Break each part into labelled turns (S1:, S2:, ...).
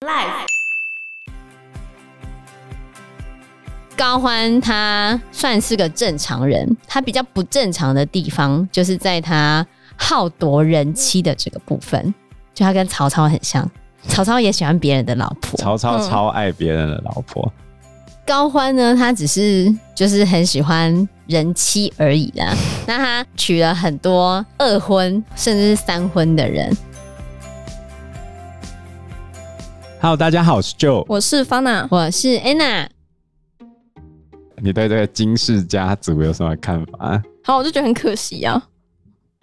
S1: Life
S2: 高欢他算是个正常人，他比较不正常的地方就是在他好夺人妻的这个部分，就他跟曹操很像，曹操也喜欢别人的老婆。
S3: 曹操
S1: 嗯
S3: 超爱别人的老婆，
S2: 高欢呢，他只是就是很喜欢人妻而已啦。 那他娶了很多二婚甚至是三婚的人，
S3: Hello，大家好，我是 Joe。
S1: 我是方娜，
S2: 我是 Anna。
S3: 你对这个金氏家族有什么看法？
S1: 好，我就觉得很可惜啊。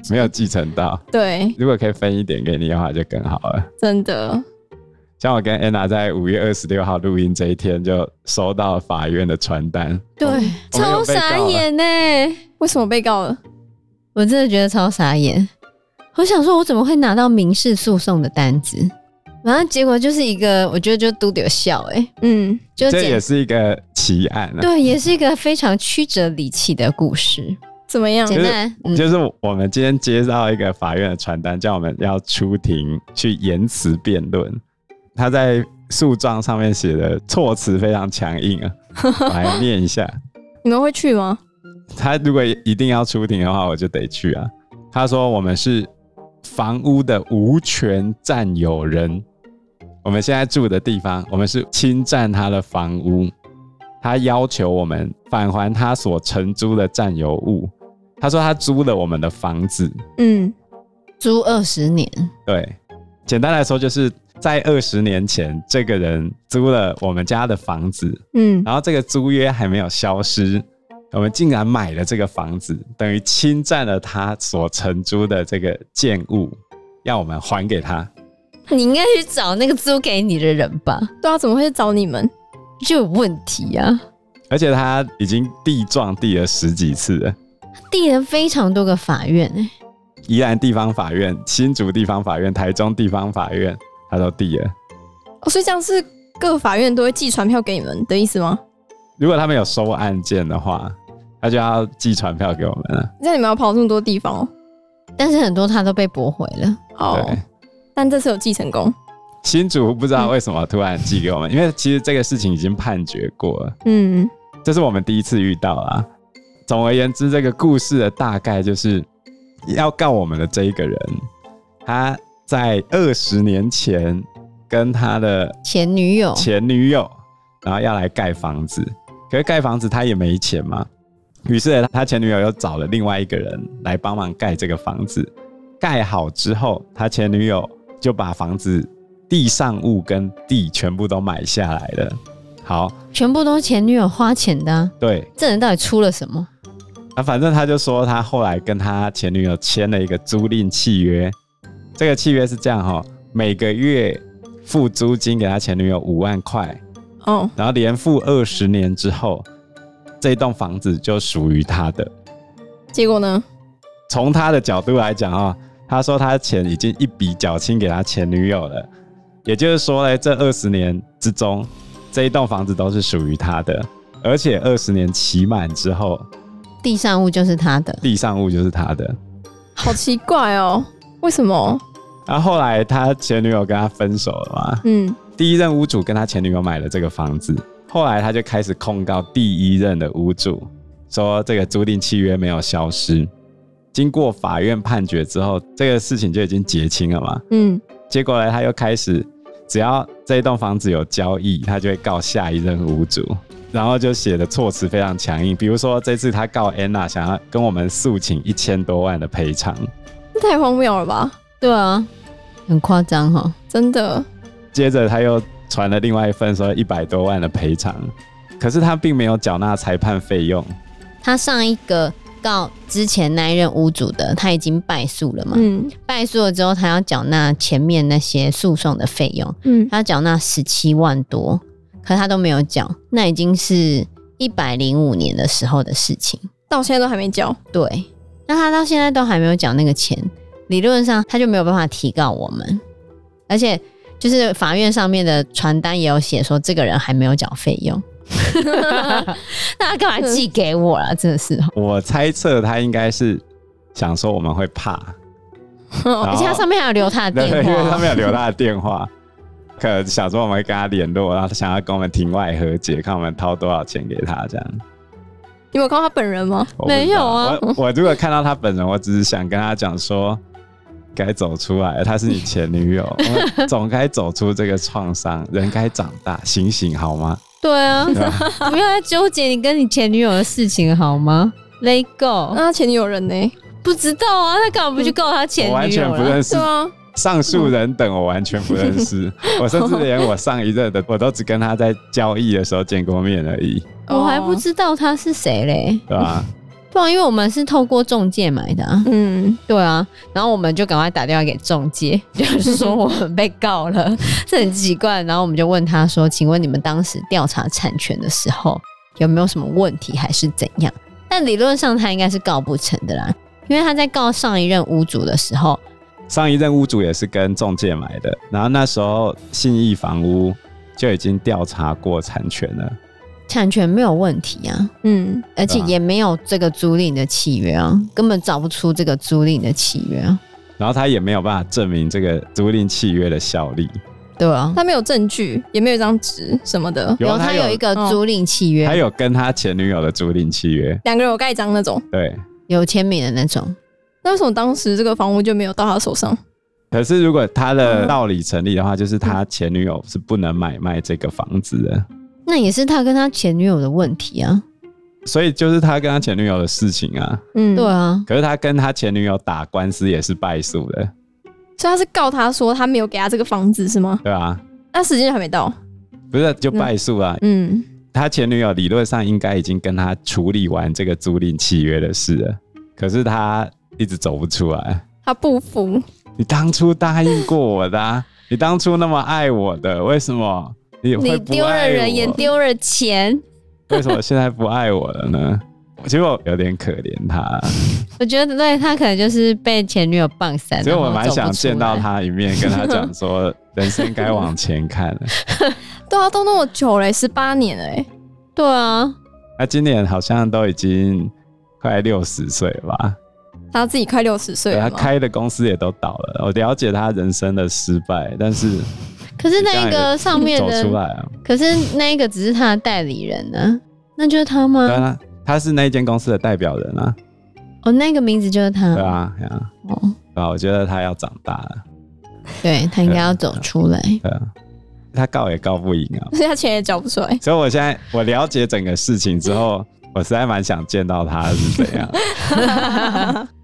S3: 没有继承到，
S1: 对，
S3: 如果可以分一点给你的话，就更好了。
S1: 真的，
S3: 像我跟 Anna 在五月二十六号录音这一天，就收到法院的传单，
S1: 对，
S3: 我们
S2: 超
S3: 又被告了
S2: 傻眼欸呢、
S1: 为什么被告了？
S2: 我真的觉得超傻眼。我想说，我怎么会拿到民事诉讼的单子？然后结果就是一个，我觉得就嘟丢笑哎、
S1: 嗯，
S2: 就
S3: 这也
S2: 简
S3: 是一个奇案啊。
S2: 对，也是一个非常曲折离奇的故事。
S1: 怎么样？
S2: 简单，嗯，
S3: 就是我们今天接到一个法院的传单，叫我们要出庭去言辞辩论。他在诉状上面写的措辞非常强硬 啊，我来念一下。
S1: 你们会去吗？
S3: 他如果一定要出庭的话，我就得去啊。他说我们是房屋的无权占有人，我们现在住的地方，我们是侵占他的房屋。他要求我们返还他所承租的占有物。他说他租了我们的房子，
S1: 嗯，
S2: 租二十年，
S3: 对，简单来说就是在二十年前，这个人租了我们家的房子，
S1: 嗯，
S3: 然后这个租约还没有消失，我们竟然买了这个房子，等于侵占了他所承租的这个建物，要我们还给他。
S2: 你应该去找那个租给你的人吧，
S1: 对啊，怎么会找你们？
S2: 就有问题啊。
S3: 而且他已经地状地了十几次了，
S2: 递了非常多个法院哎、
S3: 宜兰地方法院、新竹地方法院、台中地方法院，他都地了。
S1: 哦，所以这样是各法院都会寄传票给你们的意思吗？
S3: 如果他们有收案件的话，他就要寄传票给我们了。
S1: 那你们要跑这么多地方哦。
S2: 但是很多他都被驳回了。
S1: 哦
S3: 对，，
S1: 但这次有寄成功。
S3: 新竹不知道为什么突然寄给我们，因为其实这个事情已经判决过了，
S1: 嗯，
S3: 这是我们第一次遇到啦。总而言之，这个故事的大概就是要告我们的这一个人，他在二十年前跟他的
S2: 前女友
S3: 前女友，然后要来盖房子，可是盖房子他也没钱嘛，于是他前女友又找了另外一个人来帮忙盖这个房子。盖好之后，他前女友就把房子地上物跟地全部都买下来了。好，
S2: 全部都是前女友花钱的、啊，
S3: 对，
S2: 这人到底出了什么？
S3: 啊，反正他就说他后来跟他前女友签了一个租赁契约，这个契约是这样哈、每个月付租金给他前女友五万块，
S1: 哦，
S3: 然后连付二十年之后，这栋房子就属于他的。
S1: 结果呢？
S3: 从他的角度来讲啊、他说他钱已经一笔缴清给他前女友了，也就是说呢，这二十年之中，这一栋房子都是属于他的，而且二十年期满之后，
S2: 地上物就是他的，
S3: 地上物就是他的。
S1: 好奇怪哦，为什么？
S3: 然后后来他前女友跟他分手了嘛，
S1: 嗯，
S3: 第一任屋主跟他前女友买了这个房子，后来他就开始控告第一任的屋主，说这个租赁契约没有消失。经过法院判决之后，这个事情就已经结清了嘛。
S1: 嗯，
S3: 结果呢，他又开始，只要这一栋房子有交易，他就会告下一任屋主，然后就写的措辞非常强硬，比如说这次他告 Anna 想要跟我们诉请一千多万的赔偿，
S1: 这太荒谬了吧！
S2: 对啊，很夸张哦哈。
S1: 真的，
S3: 接着他又传了另外一份说一百多万的赔偿，可是他并没有缴纳裁判费用，
S2: 他上一个告之前那一任屋主的，他已经败诉了嘛？
S1: 嗯
S2: 败诉了之后，他要缴纳前面那些诉讼的费用，
S1: 嗯，
S2: 他要缴纳十七万多，可他都没有缴，那已经是一百零五年的时候的事情。
S1: 到现在都还没交。
S2: 对，那他到现在都还没有缴那个钱，理论上他就没有办法提告我们，而且就是法院上面的传单也有写说这个人还没有缴费用， 那他干嘛寄给我了？真的是哦，
S3: 我猜测他应该是想说我们会怕，
S1: 哦
S3: 然
S2: 哦而且他
S3: 后
S2: 上面还有留他的
S3: 对，
S2: 电
S3: 因为
S2: 话
S3: 他
S2: 哦，
S3: 没有留他的电话，可想说我们会跟他联络，然后他想要跟我们庭外和解，看我们掏多少钱给他这样。
S1: 你有看到他本人吗？
S3: 我不知道
S2: 没有啊
S3: 我我如果看到他本人，我只是想跟他讲说，该走出来，她是你前女友，我们总该走出这个创伤，人该长大，醒醒好吗？
S2: 对啊，
S3: 对吧？
S2: 不要再纠结你跟你前女友的事情好吗？Let go，、
S1: 那他前女友人呢？
S2: 不知道啊，他干嘛不去告他前
S3: 我完
S2: 女
S3: 全
S2: 友
S3: 不
S2: 了？
S3: 认识
S1: 对啊，
S3: 上述人等，我完全不认识， 我甚至连我上一任的，我都只跟他在交易的时候见过面而已，
S2: 我还不
S1: 哦，
S2: 知道他是谁嘞，
S3: 对吧？
S2: 不然因为我们是透过中介买的、啊，
S1: 嗯，
S2: 对啊，然后我们就赶快打电话给中介， 就是说我们被告了，这很奇怪。然后我们就问他说：“请问你们当时调查产权的时候有没有什么问题，还是怎样？”但理论上他应该是告不成的啦，因为他在告上一任屋主的时候，
S3: 上一任屋主也是跟中介买的，然后那时候信义房屋就已经调查过产权了，
S2: 产权没有问题啊，
S1: 嗯，
S2: 而且
S3: 对啊
S2: 也没有这个租赁的契约啊，根本找不出这个租赁的契约啊，
S3: 然后他也没有办法证明这个租赁契约的效力。
S2: 对啊。
S1: 他没有证据，也没有一张纸什么的，
S3: 有啊
S2: 然后
S3: 他
S2: 他
S3: 有
S2: 有一个
S1: 哦
S2: 租赁契约，
S3: 还有跟他前女友的租赁契约，
S1: 两个人有盖章那种。
S3: 对。
S2: 有签名的那种，
S1: 那为什么当时这个房屋就没有到他手上？
S3: 可是如果他的
S1: 嗯
S3: 道理成立的话，就是他前女友是不能买卖这个房子的，
S2: 那也是他跟他前女友的问题啊。
S3: 所以就是他跟他前女友的事情啊。
S1: 嗯，
S2: 对啊，
S3: 可是他跟他前女友打官司也是败诉的，
S1: 所以他是告他说他没有给他这个房子是吗？
S3: 对吧、
S1: 那时间还没到。
S3: 不是就败诉啊？
S1: 嗯，
S3: 他前女友理论上应该已经跟他处理完这个租赁契约的事了，可是他一直走不出来。
S1: 他不服，
S3: 你当初答应过我的、啊，你当初那么爱我的，为什么你会
S2: 你
S3: 不
S2: 丢了
S3: 爱
S2: 人也
S3: 我？
S2: 丢了钱，
S3: 为什么现在不爱我了呢？结果有点可怜 他，
S2: 我觉得对他可能就是被前女友棒散，
S3: 所以我
S2: 然后
S3: 蛮
S2: 走不
S3: 想见到
S2: 出来。
S3: 他一面，跟他讲 说，人生该往前看了。
S1: 对啊，都那么久嘞、1十八年嘞、
S2: 对啊，
S3: 他今年好像都已经快六十岁了吧？
S1: 他自己快六十岁
S3: 对
S1: 了
S3: 他
S1: 嘛
S3: 开的公司也都倒了。我了解他人生的失败，但是
S2: 可是那一个上面
S3: 走出
S2: 的，
S3: 来啊，
S2: 可是那一个只是他的代理人呢、那就是他
S3: 对
S2: 吗？
S3: 啊，他是那间公司的代表人啊，
S2: 哦，那个名字就是他。
S3: 对啊，对啊，
S2: 哦，
S3: 对啊，我觉得他要长大了，
S2: 对他应该要走出来。
S3: 对啊，他告也告不赢啊，
S1: 所以他钱也缴不出来。
S3: 所以我现在我了解整个事情之后，我实在蛮想见到他是怎样，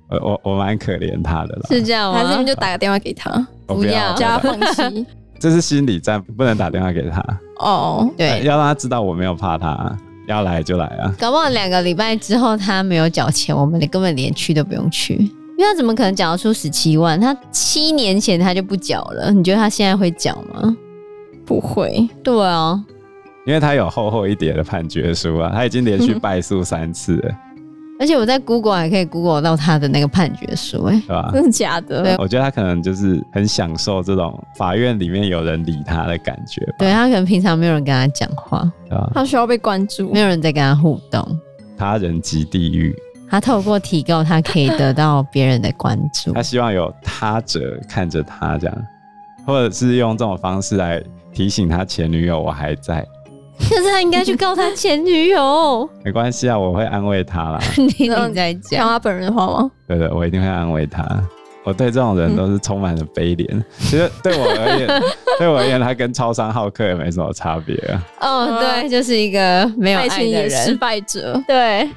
S3: 我我我蛮可怜他的
S2: 是
S3: 啦，
S2: 这样
S1: 还是你
S2: 吗
S1: 们？就打个电话给他，
S3: 我
S2: 不要
S3: 要，
S1: 叫他放弃。
S3: 这是心理战，不能打电话给他，
S1: 哦，
S3: 呃
S2: 对，
S3: 要让他知道我没有怕他，要来就来啊，
S2: 搞不好两个礼拜之后他没有缴钱，我们根本连去都不用去，因为他怎么可能缴得出十七万？他七年前他就不缴了，你觉得他现在会缴吗？
S1: 不会，
S2: 对啊，
S3: 因为他有厚厚一叠的判决书啊，他已经连续败诉三次 了，
S2: 而且我在 Google 还可以 Google 到他的那个判决书、欸，哎，
S3: 对吧？
S1: 真的假的？
S3: 我觉得他可能就是很享受这种法院里面有人理他的感觉吧，
S2: 对他可能平常没有人跟他讲话，
S3: 对吧？
S1: 他需要被关注
S2: 没。有人在跟他互动，
S3: 他人即地狱，
S2: 他透过提高他可以得到别人的关注
S3: 他，希望有他者看着他这样，或者是用这种方式来提醒他前女友我还在，
S2: 可是他应该去告他前女友，
S3: 没关系啊，我会安慰他啦，
S2: 你你在
S1: 看
S2: 讲，
S1: 他本人的话吗？
S3: 对的，我一定会安慰他。我对这种人都是充满了悲怜，其实对我而言，对我而言，他跟超商好客也没什么差别啊。
S1: 嗯
S2: 哦，对，就是一个没有
S1: 爱
S2: 爱
S1: 情
S2: 的
S1: 也失
S2: 人，
S1: 败者，
S2: 对。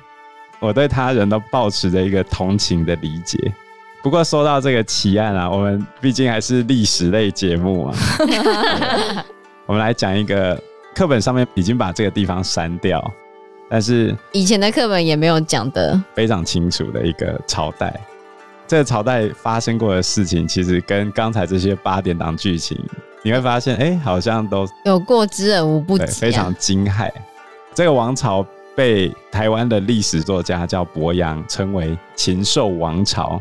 S3: 我对他人都保持着一个同情的理解。不过说到这个奇案啊，我们毕竟还是历史类节目嘛，我们来讲一个课本上面已经把这个地方删掉，但是
S2: 以前的课本也没有讲的，
S3: 非常清楚的一个朝代。这个朝代发生过的事情，其实跟刚才这些八点档剧情，你会发现，哎、好像都
S2: 有过之而无不及、
S3: 对
S2: 啊，
S3: 非常惊骇。这个王朝被台湾的历史作家叫伯阳称为禽兽王朝。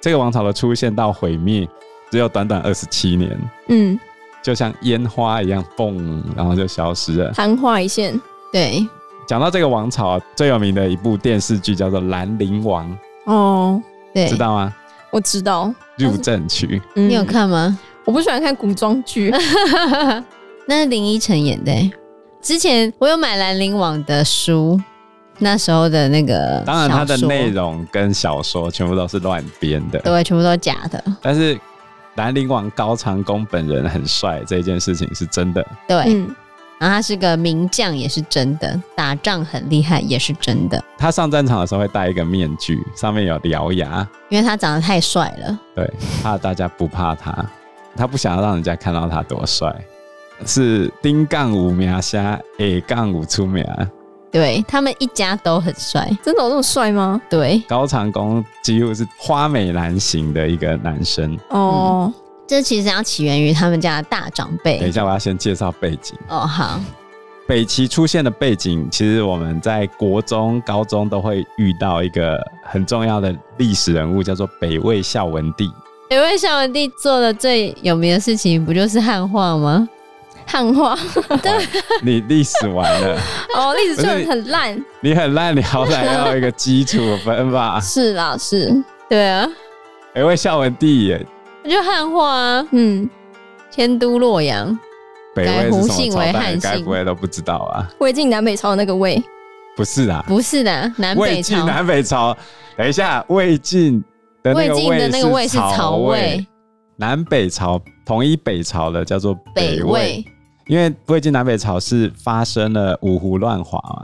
S3: 这个王朝的出现到毁灭，只有短短二十七年，
S1: 嗯，
S3: 就像烟花一样，嘣，然后就消失了。
S1: 昙花一现。
S2: 对，
S3: 讲到这个王朝，最有名的一部电视剧叫做《兰陵王
S1: 哦，
S2: 对
S3: 知道吗？
S1: 我知道，
S3: 入阵曲，
S1: 嗯
S2: 你有看吗？
S1: 我不喜欢看古装剧，
S2: 那是林依晨演的欸、之前我有买兰陵王的书，那时候的那个
S3: 当然，它的
S2: 小说
S3: 内容跟小说全部都是乱编的，
S2: 对，全部都是假的。
S3: 但是兰陵王高长恭本人很帅这件事情是真的。
S2: 对，
S1: 嗯，
S2: 然后他是个名将，也是真的，打仗很厉害，也是真的，
S3: 他上战场的时候会戴一个面具，上面有獠牙，
S2: 因为他长得太帅了。
S3: 对，怕大家不怕他，他不想要让人家看到他多帅。是丁杠五名虾，A 哎杠五出名。啊
S2: 对他们一家都很帅，
S1: 真的有那么帅吗？
S2: 对，
S3: 高长恭几乎是花美男型的一个男生。
S1: 哦，
S2: 这其实要起源于他们家的大长
S3: 等一
S2: 辈。
S3: 下，我要先介绍背景。
S2: 哦，好，
S3: 北齐出现的背景，其实我们在国中、高中都会遇到一个很重要的历史人物，叫做北魏孝文 帝。
S2: 北魏孝文帝做的最有名的事情，不就是汉化吗？
S1: 汉化
S3: 你历史完了，
S1: 哦，历史
S3: 不是
S1: 就很烂，？
S3: 你很烂，你好歹要有一个基础 分吧
S1: 是啦，是，
S2: 对啊，
S3: 北魏孝文帝也，
S2: 那就汉化啊，
S1: 嗯，
S2: 迁都洛阳。
S3: 北魏是
S2: 改胡
S3: 什么
S2: 姓
S3: 朝
S2: 为
S3: 代？
S2: 汉姓
S3: 该不会都不知道啊？
S1: 魏晋南北朝的那个魏，
S3: 不是啊，
S2: 不是的，南
S3: 魏
S2: 北
S3: 晋
S2: 朝，
S3: 南北朝。等一下，魏晋的那
S2: 魏
S3: 个
S2: 晋的那个
S3: 魏
S2: 魏是曹
S3: 魏
S2: 魏，，
S3: 南北朝统一北朝的叫做
S2: 北
S3: 魏。
S2: 魏
S3: 因为魏晋南北朝是发生了五胡乱华嘛，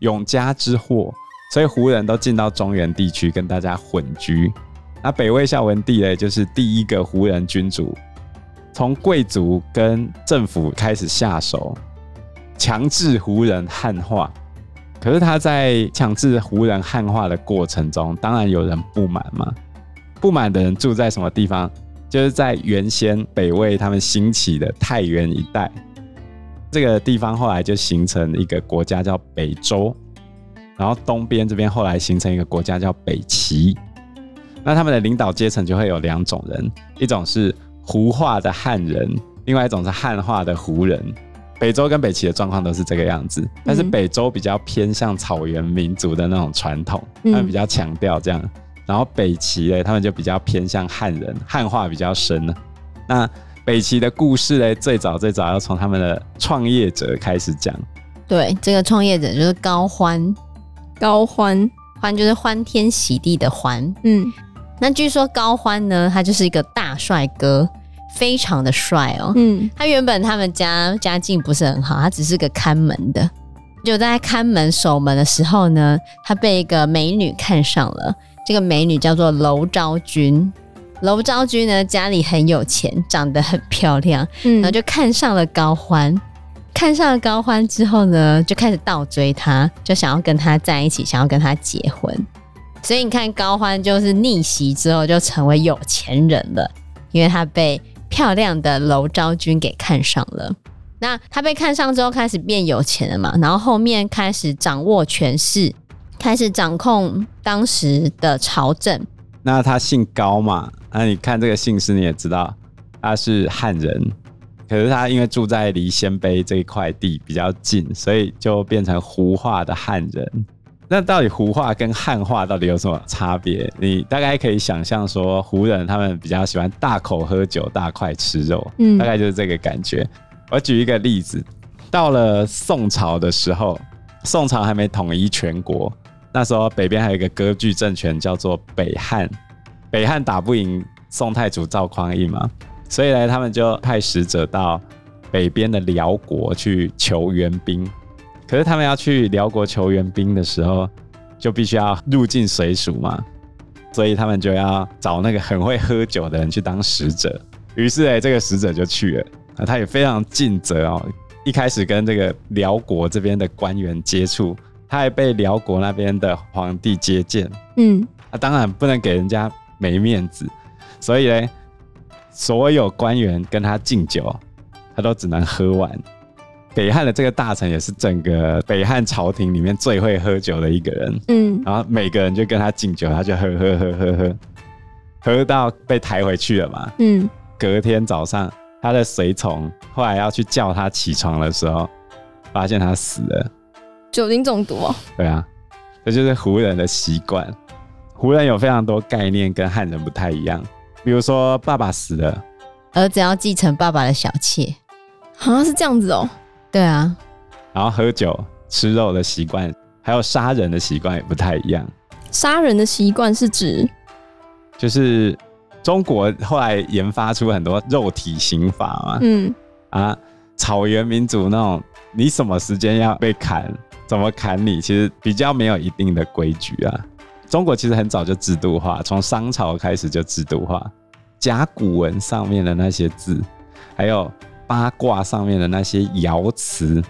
S3: 永嘉之祸，所以胡人都进到中原地区跟大家混居。那北魏孝文帝呢，就是第一个胡人君主，从贵族跟政府开始下手，强制胡人汉化。可是他在强制胡人汉化的过程中，当然有人不满嘛。不满的人住在什么地方？就是在原先北魏他们兴起的太原一带，这个地方后来就形成一个国家叫北周，然后东边这边后来形成一个国家叫北齐。那他们的领导阶层就会有两种人，一种是胡化的汉人，另外一种是汉化的胡人。北周跟北齐的状况都是这个样子，但是
S1: 嗯
S3: 北周比较偏向草原民族的那种传统，他们
S1: 嗯
S3: 比较强调这样。然后北齐嘞，他们就比较偏向汉人，汉化比较深呢。那北齐的故事嘞，最早最早要从他们的创业者开始讲，
S2: 对这个创业者就是高欢，
S1: 高欢，
S2: 欢就是欢天喜地的欢。
S1: 嗯，
S2: 那据说高欢呢，他就是一个大帅哥，非常的帅哦。
S1: 嗯，
S2: 他原本他们家家境不是很好，他只是个看门的。就在看门守门的时候呢，他被一个美女看上了。这个美女叫做娄昭君。娄昭君呢，家里很有钱，长得很漂亮，
S1: 嗯，
S2: 然后就看上了高欢。看上了高欢之后呢，就开始倒追他，就想要跟他在一起，想要跟他结婚。所以你看，高欢就是逆袭之后就成为有钱人了，因为他被漂亮的娄昭君给看上了。那他被看上之后，开始变有钱了嘛，然后后面开始掌握权势，开始掌控当时的朝政。
S3: 那他姓高嘛，那你看这个姓氏你也知道，他是汉人，可是他因为住在离鲜卑这一块地比较近，所以就变成胡化的汉人。那到底胡化跟汉化到底有什么差别？你大概可以想象说，胡人他们比较喜欢大口喝酒、大块吃肉，
S1: 嗯
S3: 大概就是这个感觉。我举一个例子，到了宋朝的时候，宋朝还没统一全国，那时候北边还有一个割据政权叫做北汉，北汉打不赢宋太祖赵匡胤嘛，所以呢，他们就派使者到北边的辽国去求援兵。可是他们要去辽国求援兵的时候，就必须要入境随俗嘛，所以他们就要找那个很会喝酒的人去当使者。于是哎，这个使者就去了，啊，他也非常尽责哦。一开始跟这个辽国这边的官员接触，他还被辽国那边的皇帝接见，
S1: 嗯，
S3: 啊，当然不能给人家没面子，所以呢，所有官员跟他敬酒，他都只能喝完。北汉的这个大臣也是整个北汉朝廷里面最会喝酒的一个人，
S1: 嗯，
S3: 然后每个人就跟他敬酒，他就喝喝喝喝喝，喝到被抬回去了嘛。
S1: 嗯，
S3: 隔天早上，他的随从后来要去叫他起床的时候，发现他死了。
S1: 酒精中毒哦，
S3: 对啊，这就是湖人的习惯。湖人有非常多概念跟汉人不太一样，比如说爸爸死了，
S2: 儿子要继承爸爸的小妾。
S1: 啊，是这样子哦。
S2: 对啊，
S3: 然后喝酒、吃肉的习惯，还有杀人的习惯也不太一样。
S1: 杀人的习惯是指
S3: 就是中国后来研发出很多肉体刑法嘛，
S1: 嗯
S3: 啊，草原民族那种，你什么时间要被砍，怎么砍你，其实比较没有一定的规矩啊。中国其实很早就制度化，从商朝开始就制度化，甲骨文上面的那些字，还有八卦上面的那些爻辞，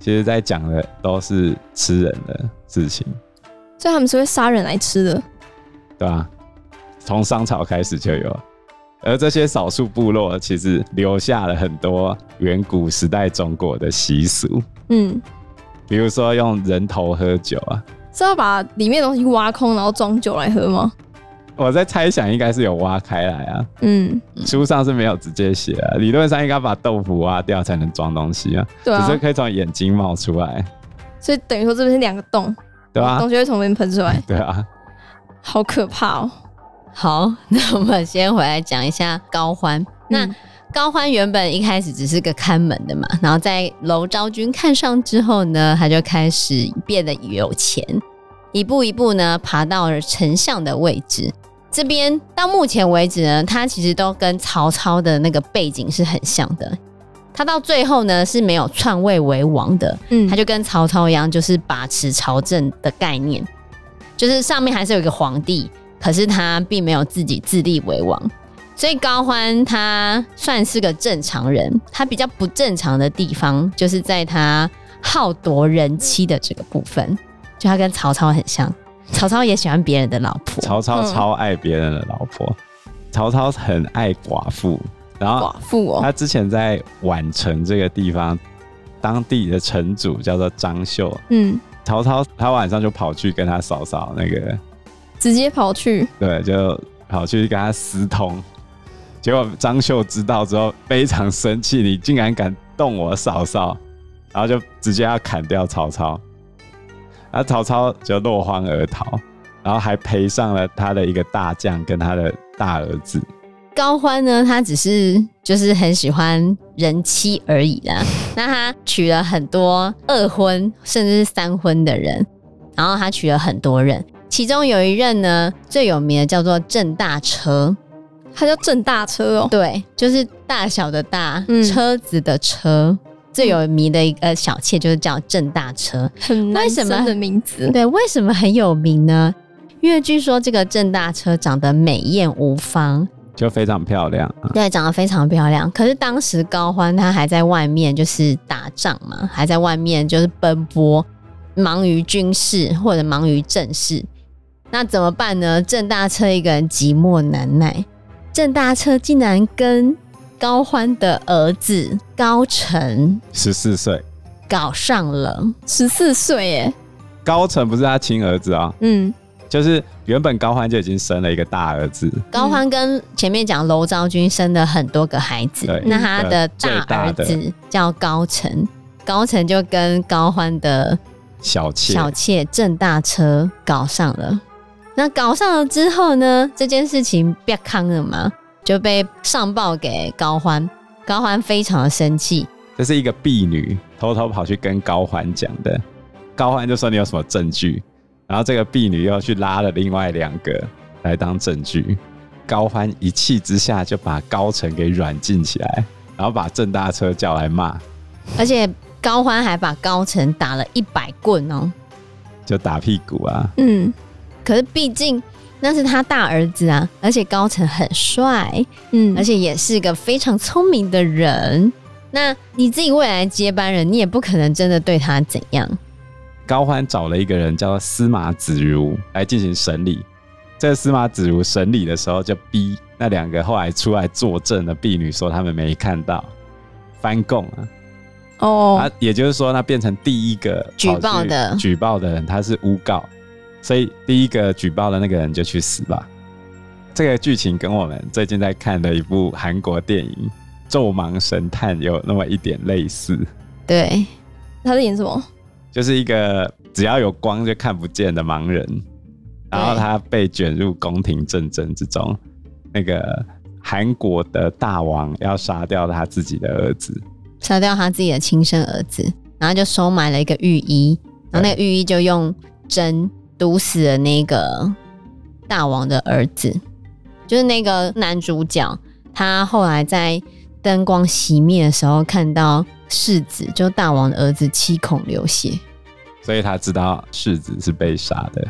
S3: 其实在讲的都是吃人的事情，
S1: 所以他们是会杀人来吃的。
S3: 对吧、从商朝开始就有了。而这些少数部落其实留下了很多远古时代中国的习俗，
S1: 嗯，
S3: 比如说用人头喝酒啊，
S1: 是要把里面的东西挖空，然后装酒来喝吗？
S3: 我在猜想应该是有挖开来啊，
S1: 嗯，
S3: 书上是没有直接写啊，理论上应该把豆腐挖掉才能装东西啊，
S1: 对啊
S3: 只是。可以从眼睛冒出来，
S1: 所以等于说这边是两个洞，
S3: 对啊吧、
S1: 东西会从里面喷出来，
S3: 对啊，
S1: 好可怕哦。
S2: 好，那我们先回来讲一下高欢。那
S1: 嗯
S2: 高欢原本一开始只是个看门的嘛，然后在娄昭君看上之后呢，他就开始变得有钱，一步一步呢爬到了丞相的位置。这边到目前为止呢，他其实都跟曹操的那个背景是很像的。他到最后呢是没有篡位为王的，
S1: 嗯
S2: 他就跟曹操一样，就是把持朝政的概念，就是上面还是有一个皇帝，可是他并没有自己自立为王。所以高欢他算是个正常人，他比较不正常的地方就是在他好夺人妻的这个部分，就他跟曹操很像，曹操也喜欢别人的老婆，
S3: 曹操
S1: 嗯
S3: 超爱别人的老婆，曹操很爱寡妇，然后
S1: 寡妇哦，
S3: 他之前在宛城这个地方，当地的城主叫做张绣，
S1: 嗯，
S3: 曹操他晚上就跑去跟他嫂嫂那个
S1: 直接跑去，
S3: 对，就跑去跟他私通。结果张绣知道之后非常生气，你竟然敢动我嫂嫂，然后就直接要砍掉曹操，然后曹操就落荒而逃，然后还赔上了他的一个大将跟他的大儿子。
S2: 高欢呢，他只是就是很喜欢人妻而已啦。 那他娶了很多二婚甚至是三婚的人，然后他娶了很多人，其中有一任呢最有名的叫做郑大车，
S1: 他叫郑大车哦。
S2: 对，就是大小的大，
S1: 嗯
S2: 车子的车。最有名的一个呃小妾就是叫郑大车，
S1: 很
S2: 为
S1: 男
S2: 什
S1: 生
S2: 么
S1: 的名字？
S2: 对，为什么很有名呢？因为据说这个郑大车长得美艳无方，
S3: 就非常漂亮啊！
S2: 对，长得非常漂亮。可是当时高欢她还在外面就是打仗嘛，还在外面就是奔波，忙于军事或者忙于政事。那怎么办呢？郑大车一个人寂寞难耐，郑大车竟然跟高欢的儿子高澄
S3: 十四岁，
S2: 搞上了。
S1: 十四岁耶，
S3: 高澄不是他亲儿子啊、
S1: 嗯，
S3: 就是原本高欢就已经生了一个大儿子，
S2: 高欢跟前面讲娄昭君生了很多个孩子，
S3: 对
S2: 那他的
S3: 最
S2: 大
S3: 大
S2: 儿
S3: 的
S2: 子叫高澄，高澄就跟高欢的
S3: 小妾，
S2: 小妾郑大车搞上了。那搞上了之后呢，这件事情被康了嘛，就被上报给高欢。高欢非常的生气，
S3: 这是一个婢女偷偷跑去跟高欢讲的，高欢就说你有什么证据，然后这个婢女又去拉了另外两个来当证据，高欢一气之下就把高层给软禁起来，然后把郑大车叫来骂，
S2: 而且高欢还把高层打了一百棍哦。
S3: 就打屁股啊，
S1: 嗯
S2: 可是毕竟那是他大儿子啊，而且高层很帅，
S1: 嗯，
S2: 而且也是个非常聪明的人。那你自己未来接班人，你也不可能真的对他怎样。
S3: 高欢找了一个人叫做司马子如来进行审理。这个司马子如审理的时候，就逼那两个后来出来作证的婢女说他们没看到，翻供啊。
S1: 哦
S3: 啊，，也就是说，那变成第一个
S2: 举报的
S3: 跑去举报的人，他是诬告，所以第一个举报的那个人就去死吧。这个剧情跟我们最近在看的一部韩国电影《咒盲神探》有那么一点类似，
S2: 对，
S1: 他在演什么？
S3: 就是一个只要有光就看不见的盲人，然后他被卷入宫廷战争之中，那个。韩国的大王要杀掉他自己的儿子，
S2: 杀掉他自己的亲生儿子，然后就收买了一个御医，然后那个御医就用针毒死了那个大王的儿子，就是那个男主角。他后来在灯光熄灭的时候，看到世子，就大王的儿子七孔流血，
S3: 所以他知道世子是被杀的，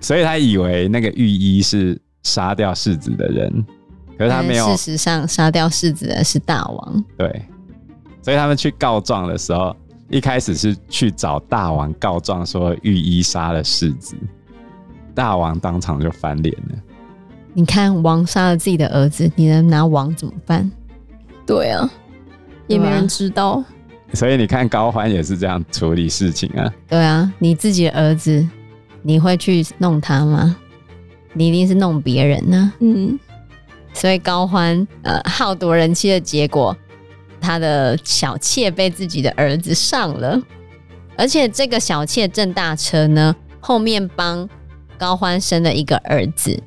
S3: 所以他以为那个御医是杀掉世子的人，可是他没有
S2: 但事实上，杀掉世子的是大王。
S3: 对，所以他们去告状的时候，一开始是去找大王告状，说御医杀了世子，大王当场就翻脸了。
S2: 你看，王杀了自己的儿子，你能拿王怎么办？
S1: 对啊，也没人知道。
S3: 所以你看高欢也是这样处理事情啊，
S2: 对啊，你自己的儿子，你会去弄他吗？你一定是弄别人啊呢、
S1: 嗯，
S2: 所以高欢呃好夺人妻的结果，他的小妾被自己的儿子上了，而且这个小妾郑大车呢，后面帮高欢生了一个儿子。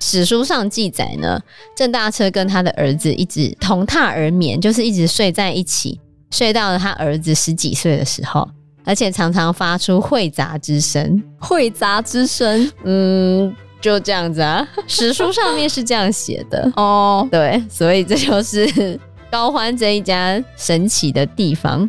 S2: 史书上记载呢，郑大车跟他的儿子一直同榻而眠，就是一直睡在一起，睡到了他儿子十几岁的时候，而且常常发出会杂之声。
S1: 会杂之声
S2: 嗯，就这样子啊，史书上面是这样写的。
S1: 哦，
S2: 对，所以这就是 高欢这一家神奇的地方。